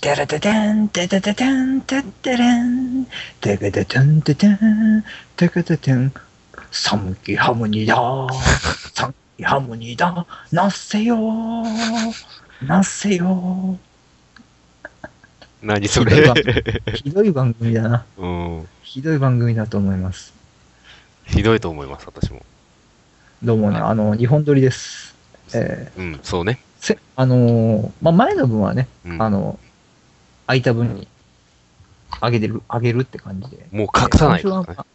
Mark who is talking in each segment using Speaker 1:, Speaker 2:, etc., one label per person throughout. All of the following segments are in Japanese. Speaker 1: テレテテン、テテテテン、テテレン、テケテテン、テテン、テケテテン、寒気ハムニだ、寒気ハムニだ、なっせよー、なっせよー。
Speaker 2: 何そ
Speaker 1: ひどい
Speaker 2: れ
Speaker 1: わ。ひどい番組だな。
Speaker 2: うん。
Speaker 1: ひどい番組だと思います。
Speaker 2: ひどいと思います、私も。
Speaker 1: どうもね、あの、日本撮りです。えー
Speaker 2: うん、そうね。
Speaker 1: せあのーまあ、前の分はね、
Speaker 2: うん、
Speaker 1: あの、空いた分に、あげてる、あげるって感じで。
Speaker 2: もう隠さない
Speaker 1: えー
Speaker 2: から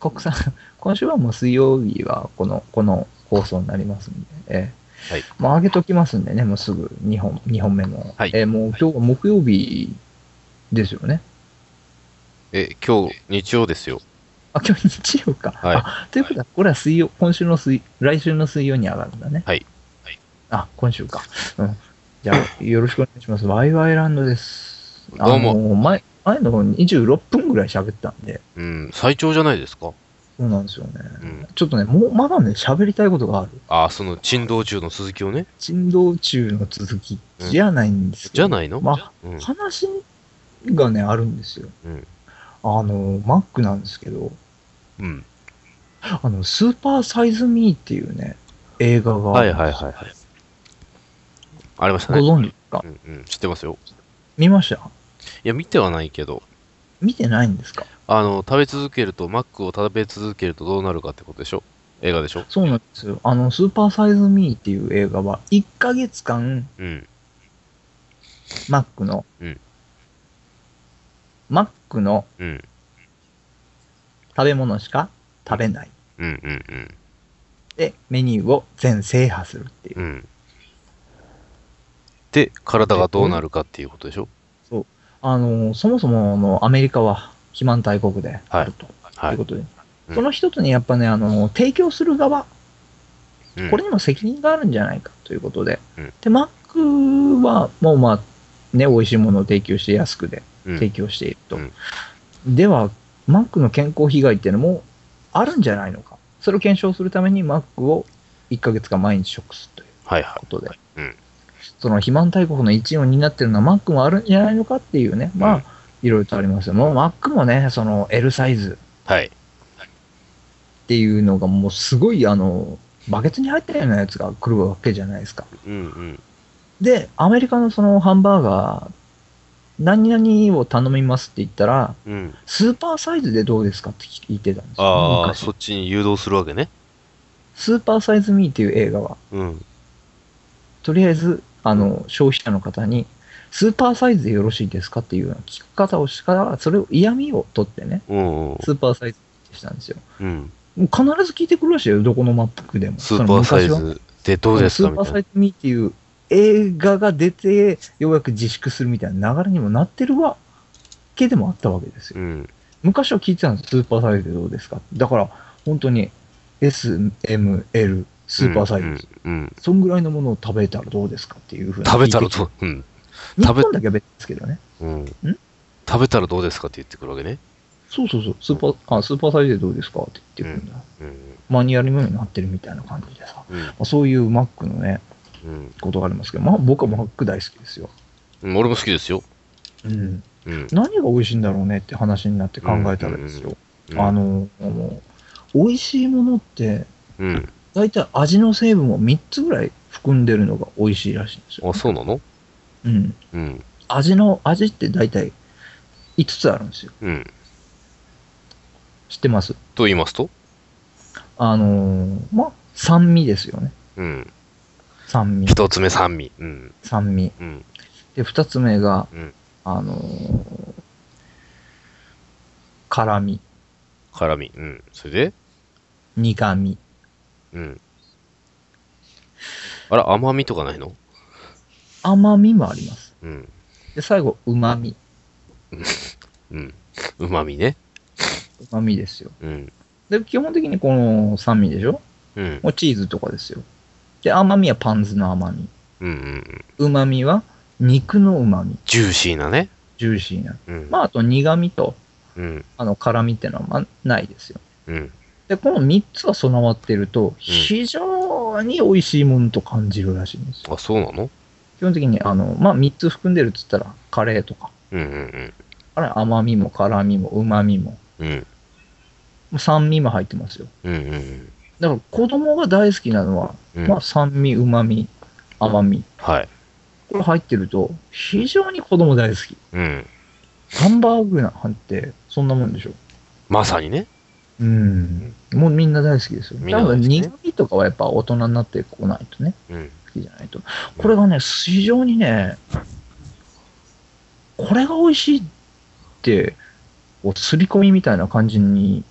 Speaker 1: 今週
Speaker 2: ね。
Speaker 1: は国産、今週はもう水曜日はこの、この放送になりますんで、えー
Speaker 2: はい
Speaker 1: まあ上げときますんでね、もうすぐ2本、二本目の。
Speaker 2: はい
Speaker 1: えーもう今日は木曜日ですよね。
Speaker 2: え、今日、日曜ですよ。
Speaker 1: あ、今日日曜か。
Speaker 2: はい
Speaker 1: あということは、これは水曜、今週の水、来週の水曜に上がるんだね。
Speaker 2: はいはい
Speaker 1: あ、今週か。うん。じゃあ、よろしくお願いします。ワイワイランドです。
Speaker 2: どうも
Speaker 1: あの前、前の26分ぐらい喋ったんで、
Speaker 2: うん、最長じゃないですか。
Speaker 1: そうなんですよね。
Speaker 2: うん。
Speaker 1: ちょっとね、もう、まだね、喋りたいことがある。
Speaker 2: あ、その、珍道中の鈴木をね。
Speaker 1: 珍道中の続きじゃないんですけ
Speaker 2: じ
Speaker 1: ど、
Speaker 2: ゃないの
Speaker 1: まあ、
Speaker 2: うん。
Speaker 1: 話がね、あるんですよ。
Speaker 2: うん
Speaker 1: あの、マックなんですけど、
Speaker 2: うん。
Speaker 1: あの、スーパーサイズミーっていうね、映画が、
Speaker 2: はいはいはいはい。ありました
Speaker 1: ご存知
Speaker 2: ね。
Speaker 1: ですか
Speaker 2: うんうん、知ってますよ。
Speaker 1: 見ました
Speaker 2: いや、見てはないけど、
Speaker 1: 見てないんですか
Speaker 2: あの、食べ続けると、マックを食べ続けるとどうなるかってことでしょ映画でしょ
Speaker 1: そうなんですよ。あの、スーパーサイズミーっていう映画は、1ヶ月間、
Speaker 2: うん。
Speaker 1: マックの、
Speaker 2: うん
Speaker 1: マックの
Speaker 2: うん。
Speaker 1: 食べ物しか食べない。
Speaker 2: うんうんうん。
Speaker 1: で、メニューを全制覇するっていう。
Speaker 2: うん。で、体がどうなるかっていうことでしょ
Speaker 1: あのそもそもあのアメリカは肥満大国であると,、、。
Speaker 2: はいいう
Speaker 1: ことで、
Speaker 2: うん
Speaker 1: その一つにやっぱねあの、提供する側、
Speaker 2: うん
Speaker 1: これにも責任があるんじゃないかということで、
Speaker 2: うん
Speaker 1: でマックはもう、まあね、美味しいものを提供して安くで
Speaker 2: うん
Speaker 1: 提供していると、
Speaker 2: うん
Speaker 1: では、マックの健康被害っていうのもあるんじゃないのか、それを検証するためにマックを1ヶ月間毎日食すという
Speaker 2: はいは
Speaker 1: ことで、
Speaker 2: うん
Speaker 1: その肥満大国の一員を担ってるのはマックもあるんじゃないのかっていうね、まあ、
Speaker 2: うん
Speaker 1: いろいろとありますよ。もうマックもね、その L サイズ
Speaker 2: い。はい。
Speaker 1: っていうのがもうすごい、あの、バケツに入ったようなやつが来るわけじゃないですか。
Speaker 2: うんうん。
Speaker 1: で、アメリカのそのハンバーガー、何々を頼みますって言ったら、
Speaker 2: うん。
Speaker 1: スーパーサイズでどうですかって聞いてたんですよ。
Speaker 2: ああ、
Speaker 1: 昔
Speaker 2: そっちに誘導するわけね。
Speaker 1: スーパーサイズミーっていう映画は、
Speaker 2: うん。
Speaker 1: とりあえず、あの、消費者の方に、スーパーサイズでよろしいですかっていうような聞き方をしたら、それを嫌味を取ってね、
Speaker 2: うんうん。
Speaker 1: スーパーサイズにしたんですよ。
Speaker 2: うん。
Speaker 1: もう必ず聞いてくるらしいよ、どこのマップでも。
Speaker 2: スーパーサイ
Speaker 1: その昔は
Speaker 2: ズでどうですか
Speaker 1: スー
Speaker 2: み
Speaker 1: パー
Speaker 2: たい
Speaker 1: サ
Speaker 2: な。
Speaker 1: イズミーっていう映画が出て、ようやく自粛するみたいな流れにもなってるわけでもあったわけですよ。
Speaker 2: うん。
Speaker 1: 昔は聞いてたんです、スーパーサイズでどうですかだから、本当に S、M、L、スーパーサイズ、
Speaker 2: うん。うん。
Speaker 1: そんぐらいのものを食べたらどうですかっていうふうに
Speaker 2: 食べたら
Speaker 1: と
Speaker 2: どう、うん。
Speaker 1: 日
Speaker 2: 食べ
Speaker 1: 本だけは別ですけどね。
Speaker 2: うん。食べたらどうですかって言ってくるわけね。
Speaker 1: そうそうそう、スーパー、あスーパーサイズでどうですかって言ってくるんだ。
Speaker 2: うん。
Speaker 1: マニュアルにもなってるみたいな感じでさ。ま
Speaker 2: うん。
Speaker 1: あ、そういうマックのね、
Speaker 2: うん
Speaker 1: ことがありますけど、まあ僕はマック大好きですよ。
Speaker 2: うん。俺も好きですよ。
Speaker 1: うん。
Speaker 2: うん。
Speaker 1: 何が美味しいんだろうねって話になって考えたらですよ。
Speaker 2: うん
Speaker 1: あ、の、もう、美味しいものって、
Speaker 2: うん。
Speaker 1: 大体味の成分を3つぐらい含んでるのが美味しいらしいんですよ。
Speaker 2: あ、そうなの
Speaker 1: うん。
Speaker 2: うん。
Speaker 1: 味の、味って大体5つあるんですよ。
Speaker 2: うん。
Speaker 1: 知ってます
Speaker 2: と言いますと
Speaker 1: あのーまあ、酸味ですよね。
Speaker 2: うん。
Speaker 1: 酸味。
Speaker 2: 一つ目酸味。うん。
Speaker 1: 酸味。
Speaker 2: うん。
Speaker 1: で、二つ目が、
Speaker 2: うん
Speaker 1: あのー辛味、
Speaker 2: 辛味。うん。それで
Speaker 1: 苦味。
Speaker 2: うん。あら、甘みとかないの
Speaker 1: 甘味もあります。
Speaker 2: うん。
Speaker 1: で、最後、旨味。
Speaker 2: うん。うまみね。
Speaker 1: 旨味ですよ。
Speaker 2: うん。
Speaker 1: で、基本的にこの酸味でしょ
Speaker 2: うん。
Speaker 1: もうチーズとかですよ。で、甘味はパン酢の甘味。
Speaker 2: うんうんうん。
Speaker 1: 旨味は肉の旨味。
Speaker 2: ジューシーなね。
Speaker 1: ジューシーな。
Speaker 2: うん。
Speaker 1: まあ、あと苦味と、
Speaker 2: うん。
Speaker 1: あの、辛味ってのは、まあ、ないですよ。
Speaker 2: うん。
Speaker 1: で、この3つが備わってると、非常に美味しいものと感じるらしいんですよ。
Speaker 2: あ、そうなの
Speaker 1: 基本的に、あの、まあ、3つ含んでるっつったら、カレーとか、
Speaker 2: うんうん
Speaker 1: あれ甘みも辛みも旨みも、
Speaker 2: うん。うん。
Speaker 1: 酸味も入ってますよ。
Speaker 2: うんうんうん。
Speaker 1: だから子供が大好きなのは、
Speaker 2: うん、
Speaker 1: まあ、酸味、旨み、甘み。
Speaker 2: はい。
Speaker 1: これ入ってると、非常に子供大好き。
Speaker 2: うん。
Speaker 1: ハンバーグなんて、そんなもんでしょ。
Speaker 2: まさにね。
Speaker 1: うん。もうみんな大好きですよ。
Speaker 2: みんな
Speaker 1: 多
Speaker 2: 大好
Speaker 1: 分
Speaker 2: きね
Speaker 1: 苦味とかはやっぱ大人になってこないとね、
Speaker 2: うん。
Speaker 1: 好きじゃないと。これがね、非常にね、これが美味しいって、こう、すり込みみたいな感じに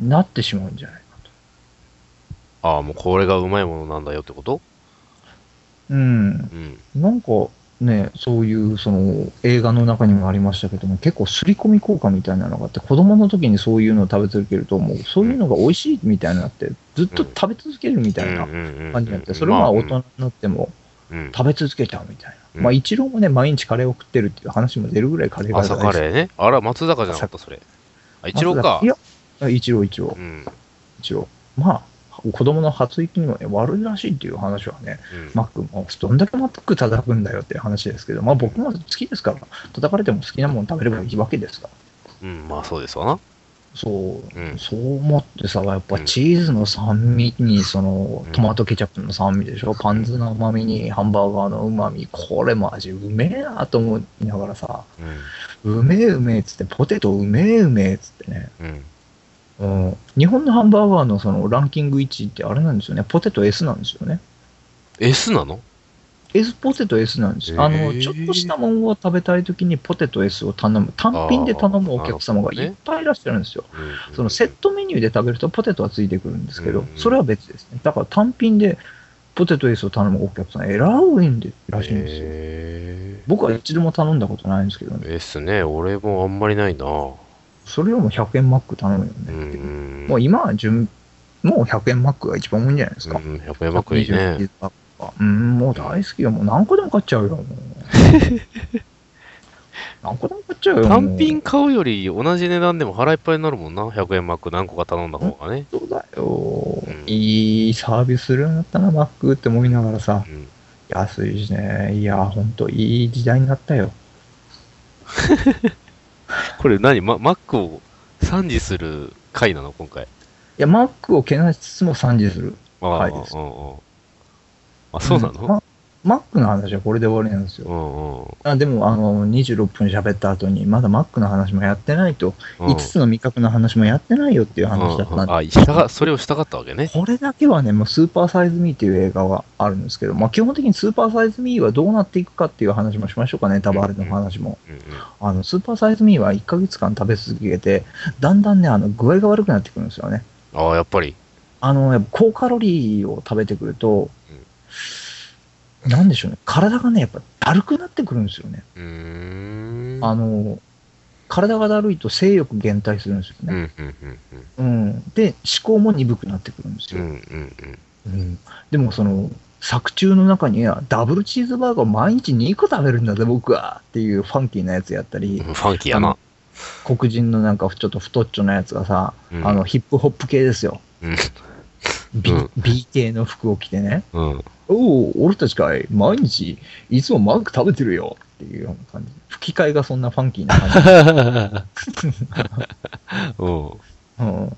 Speaker 1: なってしまうんじゃないかと。
Speaker 2: ああ、もうこれがうまいものなんだよってこと
Speaker 1: うん。
Speaker 2: うん。
Speaker 1: なんかね、そういうその映画の中にもありましたけども、結構すり込み効果みたいなのがあって、子供の時にそういうのを食べ続けると、もうそういうのが美味しいみたいになって、ずっと食べ続けるみたいな感じになって、それはまあ大人になっても
Speaker 2: うん。
Speaker 1: 食べ続けちゃうみたいな。
Speaker 2: うん
Speaker 1: まあ一郎もね、毎日カレーを食ってるっていう話も出るぐらいカレーが大好
Speaker 2: 朝
Speaker 1: き
Speaker 2: カレーね。あら、松坂じゃなかった、それ。あ、一郎か
Speaker 1: い。や、一郎一郎
Speaker 2: うん。
Speaker 1: 一郎。まあ、子供の発育にもね、悪いらしいっていう話はね、マックも、どんだけマック叩くんだよっていう話ですけど、まあ僕も好きですから、叩かれても好きなもの食べればいいわけですから。
Speaker 2: うん。うん。まあ、そうですわな。
Speaker 1: そう、
Speaker 2: うん
Speaker 1: そう思ってさ、やっぱチーズの酸味に、その
Speaker 2: うん
Speaker 1: トマトケチャップの酸味でしょ、パンツの旨味にハンバーガーの旨味、これも味うめえなと思いながらさ、
Speaker 2: う
Speaker 1: うめえうめえっつって、ポテトうめえうめえっつってね、
Speaker 2: ん。うん。
Speaker 1: うん、日本のハンバーガーのそのランキング1位ってあれなんですよね、ポテト S なんですよね。
Speaker 2: S なの
Speaker 1: S ポテト S なんですよ。あ
Speaker 2: へ
Speaker 1: の、
Speaker 2: ー
Speaker 1: ちょっとしたもんを食べたいときにポテト S を頼む、単品で頼むお客様が
Speaker 2: あーなる
Speaker 1: いっ
Speaker 2: ほどね
Speaker 1: ぱいいらっしゃるんですよ。
Speaker 2: うん
Speaker 1: そのセットメニューで食べるとポテトはついてくるんですけ
Speaker 2: う
Speaker 1: ど
Speaker 2: ん、
Speaker 1: それは別ですね。だから単品でポテトエースを頼むお客さん、えらいんでらしいんですよ。
Speaker 2: へ
Speaker 1: 僕は一度も頼んだことないんですけどね、
Speaker 2: ー S ね、俺もあんまりないな。う
Speaker 1: それよりも100円マック頼むよねっていう。
Speaker 2: ん。
Speaker 1: もう
Speaker 2: いい
Speaker 1: 今は順、もう100円マックが一番多いんじゃないですか。
Speaker 2: うん、やっぱ山食いね。。
Speaker 1: うん、もう大好きよ。もう何個でも買っちゃうよ、も う。何個でも買っちゃうよ。もう
Speaker 2: 単品買うより同じ値段でも腹いっぱいになるもんな。100円マック何個か頼んだ方がね。
Speaker 1: そうだよ
Speaker 2: うん。
Speaker 1: いいサービスするようになったな、マックって思いながらさ。
Speaker 2: うん。
Speaker 1: 安いしね。いや、ほんといい時代になったよ。
Speaker 2: これ何ママックを賛辞する回なの今回。
Speaker 1: いや、マックをけなしつつも賛辞する。
Speaker 2: あ
Speaker 1: 回
Speaker 2: うんうん
Speaker 1: です
Speaker 2: あ、そうなの、
Speaker 1: んまマックの話はこれで終わりなんですよ。
Speaker 2: うんうん
Speaker 1: あでも、あの、26分喋った後に、まだマックの話もやってないと、
Speaker 2: うん。
Speaker 1: 5つの味覚の話もやってないよっていう話だったん
Speaker 2: うん
Speaker 1: で、
Speaker 2: うんあ、したが、それをしたかったわけね。
Speaker 1: これだけはね、もうスーパーサイズ・ミーっていう映画があるんですけど、まあ、基本的にスーパーサイズ・ミーはどうなっていくかっていう話もしましょうかね、タバーレの話も。
Speaker 2: うんうん、
Speaker 1: あの、スーパーサイズ・ミーは1ヶ月間食べ続けて、だんだんね、あの、具合が悪くなってくるんですよね。
Speaker 2: ああ、やっぱり。
Speaker 1: あの、やっぱ高カロリーを食べてくると、なんでしょうね、体がね、やっぱだるくなってくるんですよね。
Speaker 2: うーん。
Speaker 1: あの、体がだるいと性欲減退するんですよ
Speaker 2: うんう
Speaker 1: ね。
Speaker 2: んうんうん。
Speaker 1: うん。で、思考も鈍くなってくるんです
Speaker 2: うんう
Speaker 1: よ。
Speaker 2: んうん。
Speaker 1: うん。でも、その、作中の中には、ダブルチーズバーガーを毎日2個食べるんだぜ、僕はっていうファンキーなやつやったり、
Speaker 2: ファンキーやな。
Speaker 1: 黒人のなんかちょっと太っちょなやつがさ、
Speaker 2: うん
Speaker 1: あの、ヒップホップ系ですよ。
Speaker 2: うん。
Speaker 1: B,
Speaker 2: うん
Speaker 1: B 系の服を着てね。
Speaker 2: うん。
Speaker 1: おお、俺たちかい、毎日、いつもマック食べてるよっていうような感じ。吹き替えがそんなファンキーな感じ。
Speaker 2: うん。
Speaker 1: うん、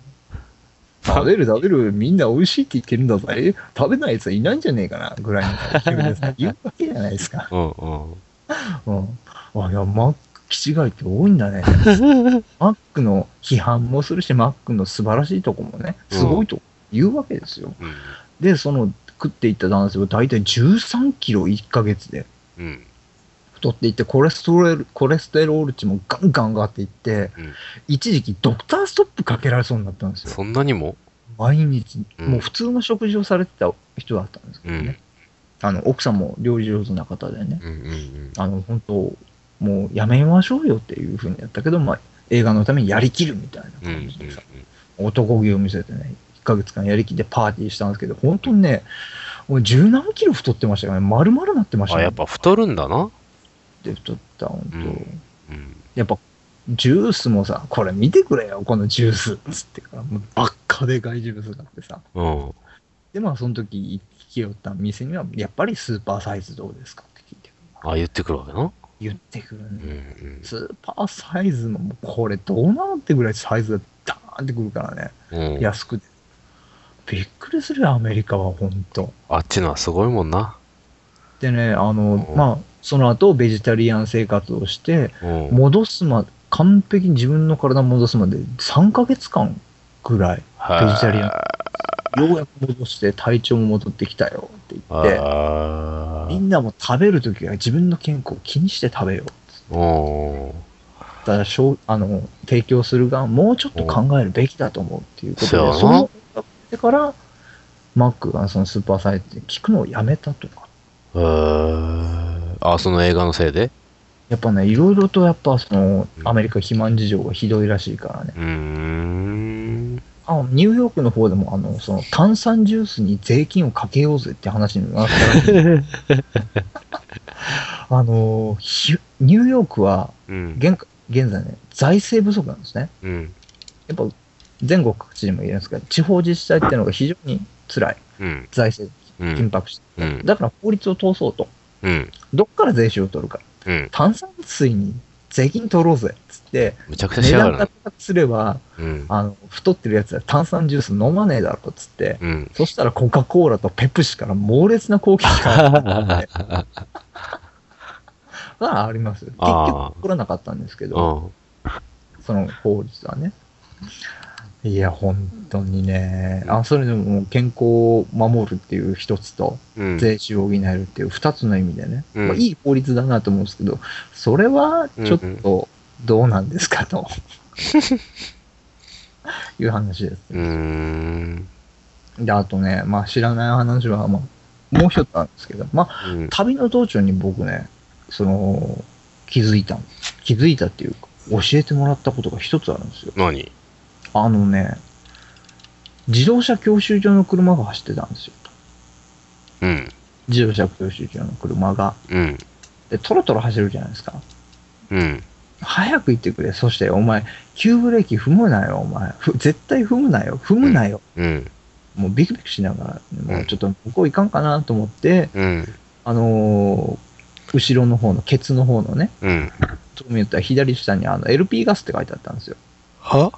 Speaker 1: 食べる食べる、みんな美味しいって言ってるんだぜ。食べないやつはいないんじゃねえかな、ぐらいの感じでさ言うわけじゃないですか。
Speaker 2: うんうん。
Speaker 1: うん。あ、いや、マック、気違いって多いんだね。マックの批判もするし、マックの素晴らしいとこもね、すごいと言うわけですよ。
Speaker 2: うん
Speaker 1: で、その、食っていった男性は大体13キロ1ヶ月で。
Speaker 2: うん。
Speaker 1: 太っていってコレステロール、コレステロール値もガンガン上がっていって、
Speaker 2: うん
Speaker 1: 一時期ドクターストップかけられそうになったんですよ。
Speaker 2: そんなにも
Speaker 1: 毎日、
Speaker 2: うん
Speaker 1: もう普通の食事をされてた人だったんですけ
Speaker 2: う
Speaker 1: ど
Speaker 2: ん
Speaker 1: ね。。あの、奥さんも料理上手な方でね、
Speaker 2: うんうん
Speaker 1: あの、本当もうやめましょうよっていうふうにやったけど、まあ、映画のためにやりきるみたいな
Speaker 2: うん。うん
Speaker 1: 感じでさ、男気を見せてね、1ヶ月間やりきってパーティーしたんですけど、本当にね、もう十何キロ太ってましたよね。丸々なってました
Speaker 2: あ、
Speaker 1: ね。
Speaker 2: やっぱ太るんだな。
Speaker 1: で太った、本当。
Speaker 2: うんうん。
Speaker 1: やっぱ、ジュースもさ、これ見てくれよ、このジュースっつってから、もうばっかでかいジュースがあってさ。
Speaker 2: うん。
Speaker 1: で、まあ、その時、きよった店には、やっぱりスーパーサイズどうですかって聞いてくる。
Speaker 2: あ、言ってくるわけな。
Speaker 1: 言ってくるん
Speaker 2: うんう
Speaker 1: で、
Speaker 2: ん。
Speaker 1: スーパーサイズも、もうこれどうなのってぐらいサイズがダーンってくるからね、
Speaker 2: うん、
Speaker 1: 安くて。びっくりするよ、アメリカは、ほんと。
Speaker 2: あっちのはすごいもんな。
Speaker 1: でね、あの
Speaker 2: う、ん
Speaker 1: まあ、その後、ベジタリアン生活をして、
Speaker 2: うん。
Speaker 1: 戻すま、完璧に自分の体戻すまで3ヶ月間ぐらい、
Speaker 2: は
Speaker 1: ベジタリアンようやく戻して体調も戻ってきたよって言って、
Speaker 2: あ
Speaker 1: みんなも食べるときは自分の健康を気にして食べよう。
Speaker 2: あ。おー
Speaker 1: だからしょうあの、提供する側もうちょっと考えるべきだと思うっていうこと
Speaker 2: そうや
Speaker 1: で、
Speaker 2: な
Speaker 1: そのだから、マックがそのスーパーサイズで聞くのをやめたとか。
Speaker 2: へーあ、その映画のせいで
Speaker 1: やっぱね、いろいろとやっぱその
Speaker 2: う、ん
Speaker 1: アメリカ肥満事情がひどいらしいからね。
Speaker 2: うーん。
Speaker 1: あのニューヨークの方でも、あの、その炭酸ジュースに税金をかけようぜって話にな ったらしいあの、ひニューヨークは
Speaker 2: うん。
Speaker 1: 現、現在ね、財政不足なんですね。
Speaker 2: うん。
Speaker 1: やっぱ、全国各地にも言えるんですけど、地方自治体っていうのが非常に辛い。
Speaker 2: うん。
Speaker 1: 財政
Speaker 2: う
Speaker 1: 緊
Speaker 2: ん。
Speaker 1: 迫して。
Speaker 2: うん。
Speaker 1: だから法律を通そうと。
Speaker 2: うん。
Speaker 1: どっから税収を取るか。
Speaker 2: うん。
Speaker 1: 炭酸水に税金取ろうぜっつって、
Speaker 2: むちゃくちゃ
Speaker 1: 値
Speaker 2: しやが
Speaker 1: 段
Speaker 2: るな
Speaker 1: 高。くすれば、
Speaker 2: うん。
Speaker 1: あの、太ってるやつは炭酸ジュース飲まねえだろっつって、
Speaker 2: うん。
Speaker 1: そしたらコカ・コーラとペプシから猛烈な攻撃がが あります。結
Speaker 2: あー
Speaker 1: 局起こらなかったんですけ
Speaker 2: う
Speaker 1: ど、
Speaker 2: ん。
Speaker 1: その法律はね。いや、本当にね。あ、それでももう健康を守るっていう一つと、
Speaker 2: うん。
Speaker 1: 税収を補えるっていう二つの意味でね。
Speaker 2: うん
Speaker 1: まあ、いい法律だなと思うんですけど、それはちょっとどうなんですか と。いう話です。
Speaker 2: うーん。
Speaker 1: で、あとね、まあ知らない話は、まあ、もう一つあるんですけど、まあ
Speaker 2: うん。
Speaker 1: 旅の道中に僕ね、その、気づいたん気づいたっていうか、教えてもらったことが一つあるんですよ。
Speaker 2: 何
Speaker 1: あのね、自動車教習所の車が走ってたんですよ。
Speaker 2: うん。
Speaker 1: 自動車教習所の車が。
Speaker 2: うん。
Speaker 1: で、トロトロ走るじゃないですか。
Speaker 2: うん。
Speaker 1: 早く行ってくれ。そして、お前、急ブレーキ踏むなよ、お前。ふ絶対踏むなよ。踏むなよ。
Speaker 2: うん。
Speaker 1: もうビクビクしながら、もううんちょっと向こう行かんかなと思って、
Speaker 2: うん。
Speaker 1: あのー後ろの方の、ケツの方のね、
Speaker 2: うん。
Speaker 1: ちょっと見たら左下にあの LP ガスって書いてあったんですよ。
Speaker 2: は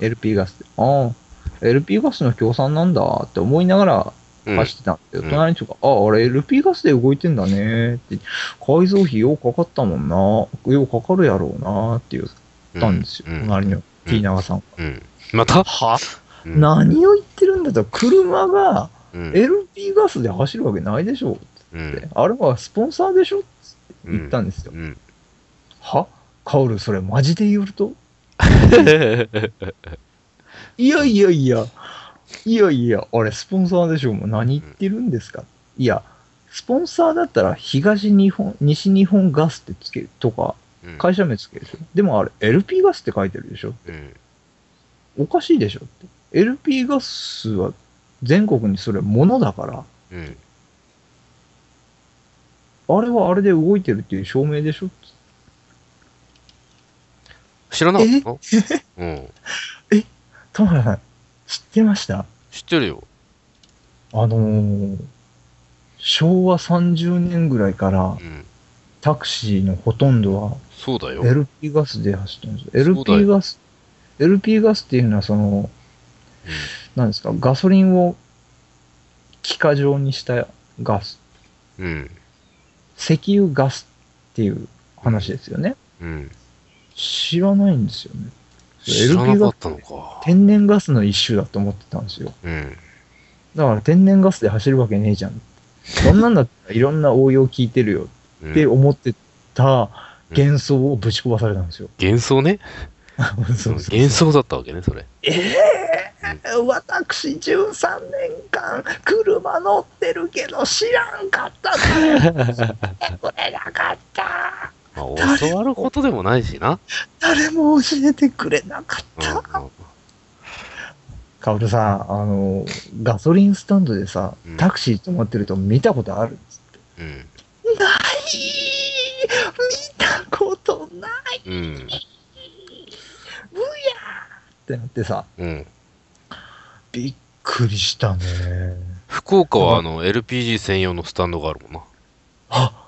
Speaker 1: LP ガスって。ああ、LP ガスの協賛なんだって思いながら
Speaker 2: うん。
Speaker 1: 走ってたんですけど、
Speaker 2: うん
Speaker 1: 隣の人が、ああ、あれ LP ガスで動いてんだねって、改造費ようかかったもんな、ようかかるやろうなって言ったんですよ、
Speaker 2: うん。
Speaker 1: 隣の T 長さんが。
Speaker 2: うん。また
Speaker 1: は
Speaker 2: うん
Speaker 1: 何を言ってるんだと、車が
Speaker 2: うん。
Speaker 1: LP ガスで走るわけないでしょ
Speaker 2: う
Speaker 1: って、
Speaker 2: ん。
Speaker 1: あれはスポンサーでしょって言ったんですよ。
Speaker 2: うん。
Speaker 1: はカオル、それマジで言うといやいやいや、いやいや、あれ、スポンサーでしょ、もう何言ってるんですか。いや、スポンサーだったら、東日本、西日本ガスってつけるとか、
Speaker 2: うん
Speaker 1: 会社名つけるでしょ。でもあれ、LP ガスって書いてるでしょ。
Speaker 2: うん。
Speaker 1: おかしいでしょって。LP ガスは全国にそれものだから、
Speaker 2: うん。
Speaker 1: あれはあれで動いてるっていう証明でしょ。
Speaker 2: 知らなかったのうん。
Speaker 1: 田村さん、知ってました
Speaker 2: 知ってるよ。
Speaker 1: あのー昭和30年ぐらいから
Speaker 2: うん。
Speaker 1: タクシーのほとんどは
Speaker 2: そうだよ。
Speaker 1: LP ガスで走ってるんですよ。
Speaker 2: そうだよ
Speaker 1: LP ガス、LP ガスっていうのはその、なんですか、ガソリンを気化状にしたガス、
Speaker 2: うん。
Speaker 1: 石油ガスっていう話ですよね。
Speaker 2: うん。
Speaker 1: 知らないんですよね。
Speaker 2: 知らなかったのか。
Speaker 1: 天然ガスの一種だと思ってたんですよ。
Speaker 2: うん。
Speaker 1: だから天然ガスで走るわけねえじゃん。そんなんだったらいろんな応用効いてるよ
Speaker 2: うん
Speaker 1: って思ってた幻想をぶち壊されたんですよ。
Speaker 2: 幻想ね。
Speaker 1: そうそうそう
Speaker 2: 幻想だったわけね、それ。
Speaker 1: ええ私13年間車乗ってるけど知らんかった これなかった
Speaker 2: まあ、教わることでもないしな。
Speaker 1: 誰も教えてくれなかっ
Speaker 2: うんうん
Speaker 1: カオルさんあのガソリンスタンドでさ
Speaker 2: うん
Speaker 1: タクシー止まってると見たことある
Speaker 2: うん。
Speaker 1: ない見たことない
Speaker 2: うん。
Speaker 1: ってなってさ
Speaker 2: うん。
Speaker 1: びっくりしたね
Speaker 2: 福岡はあの、LPG 専用のスタンドがあるもんな。
Speaker 1: あ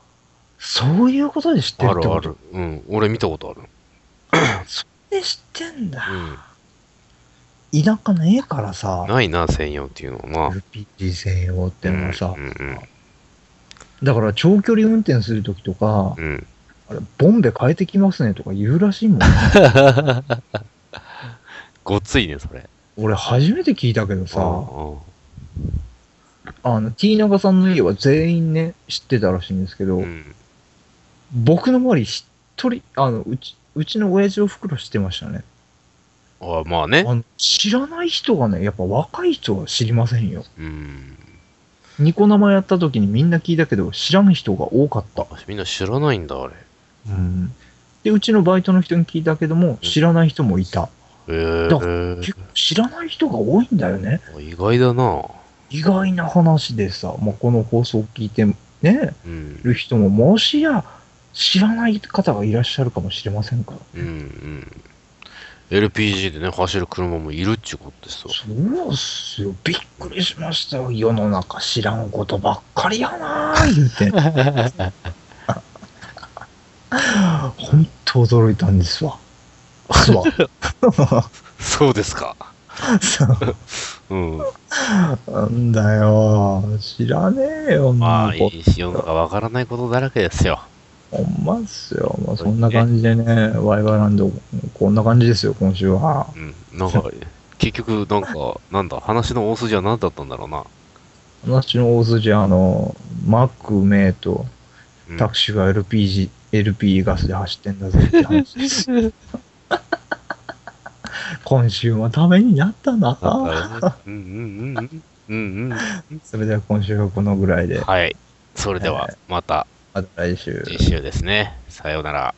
Speaker 1: そういうことで知ってる
Speaker 2: あ
Speaker 1: って
Speaker 2: る
Speaker 1: こ
Speaker 2: あ
Speaker 1: と
Speaker 2: る。うん。俺見たことある。
Speaker 1: で知ってんだ。
Speaker 2: う
Speaker 1: 田舎ねえからさ
Speaker 2: ん。、ないな、専用っていうのはな。
Speaker 1: LPG 専用ってのはさ
Speaker 2: う、んうん
Speaker 1: だから長距離運転するときとか、
Speaker 2: うん。うん。
Speaker 1: あれ、ボンベ変えてきますねとか言うらしいも ん。
Speaker 2: ごっついね、それ。
Speaker 1: 俺、初めて聞いたけどさ、
Speaker 2: あ。
Speaker 1: あの、T 長さんの家は全員ね、知ってたらしいんですけど、
Speaker 2: うん。
Speaker 1: 僕の周り一人、あの、うち、うちの親父おふくろ知ってましたね。
Speaker 2: あまあね。
Speaker 1: あの、知らない人がね、やっぱ若い人は知りませんよ。
Speaker 2: うん。
Speaker 1: ニコ生やった時にみんな聞いたけど、知らん人が多かった。
Speaker 2: みんな知らないんだ、あれ。
Speaker 1: うん。で、うちのバイトの人に聞いたけども、知らない人もいた。
Speaker 2: へえ
Speaker 1: だ結構知らない人が多いんだよね。
Speaker 2: 意外だな。
Speaker 1: 意外な話でさ、まあ、この放送を聞いてね、
Speaker 2: うん。
Speaker 1: る人も、もしや、知らない方がいらっしゃるかもしれませんから。
Speaker 2: うんうん。LPG でね、走る車もいるっちゅうことですよ。
Speaker 1: そうっすよ。びっくりしましたよ。世の中知らんことばっかりやなー、言うて。 ほんと驚いたんですわ。すわ。
Speaker 2: そうですか。
Speaker 1: そう
Speaker 2: うん。
Speaker 1: なんだよ。知らねえよ、
Speaker 2: ま
Speaker 1: も
Speaker 2: あ、いい世の中わからないことだらけですよ。
Speaker 1: ほんまっすよ。まあ、そんな感じでね、ワイワイランド、こんな感じですよ、今週は。
Speaker 2: うん。なんか、結局、なんか、なんだ、話の大筋は何だったんだろうな。
Speaker 1: 私の大筋は、あの、マック、メイと、
Speaker 2: うん
Speaker 1: タクシーが LPG、LP ガスで走ってんだぜって話です。今週もためになったな。
Speaker 2: なんかねうんうんうんうん。うんうん。
Speaker 1: それでは今週はこのぐらいで、
Speaker 2: はい。それでは、また
Speaker 1: また来週。
Speaker 2: 次週ですね。さようなら。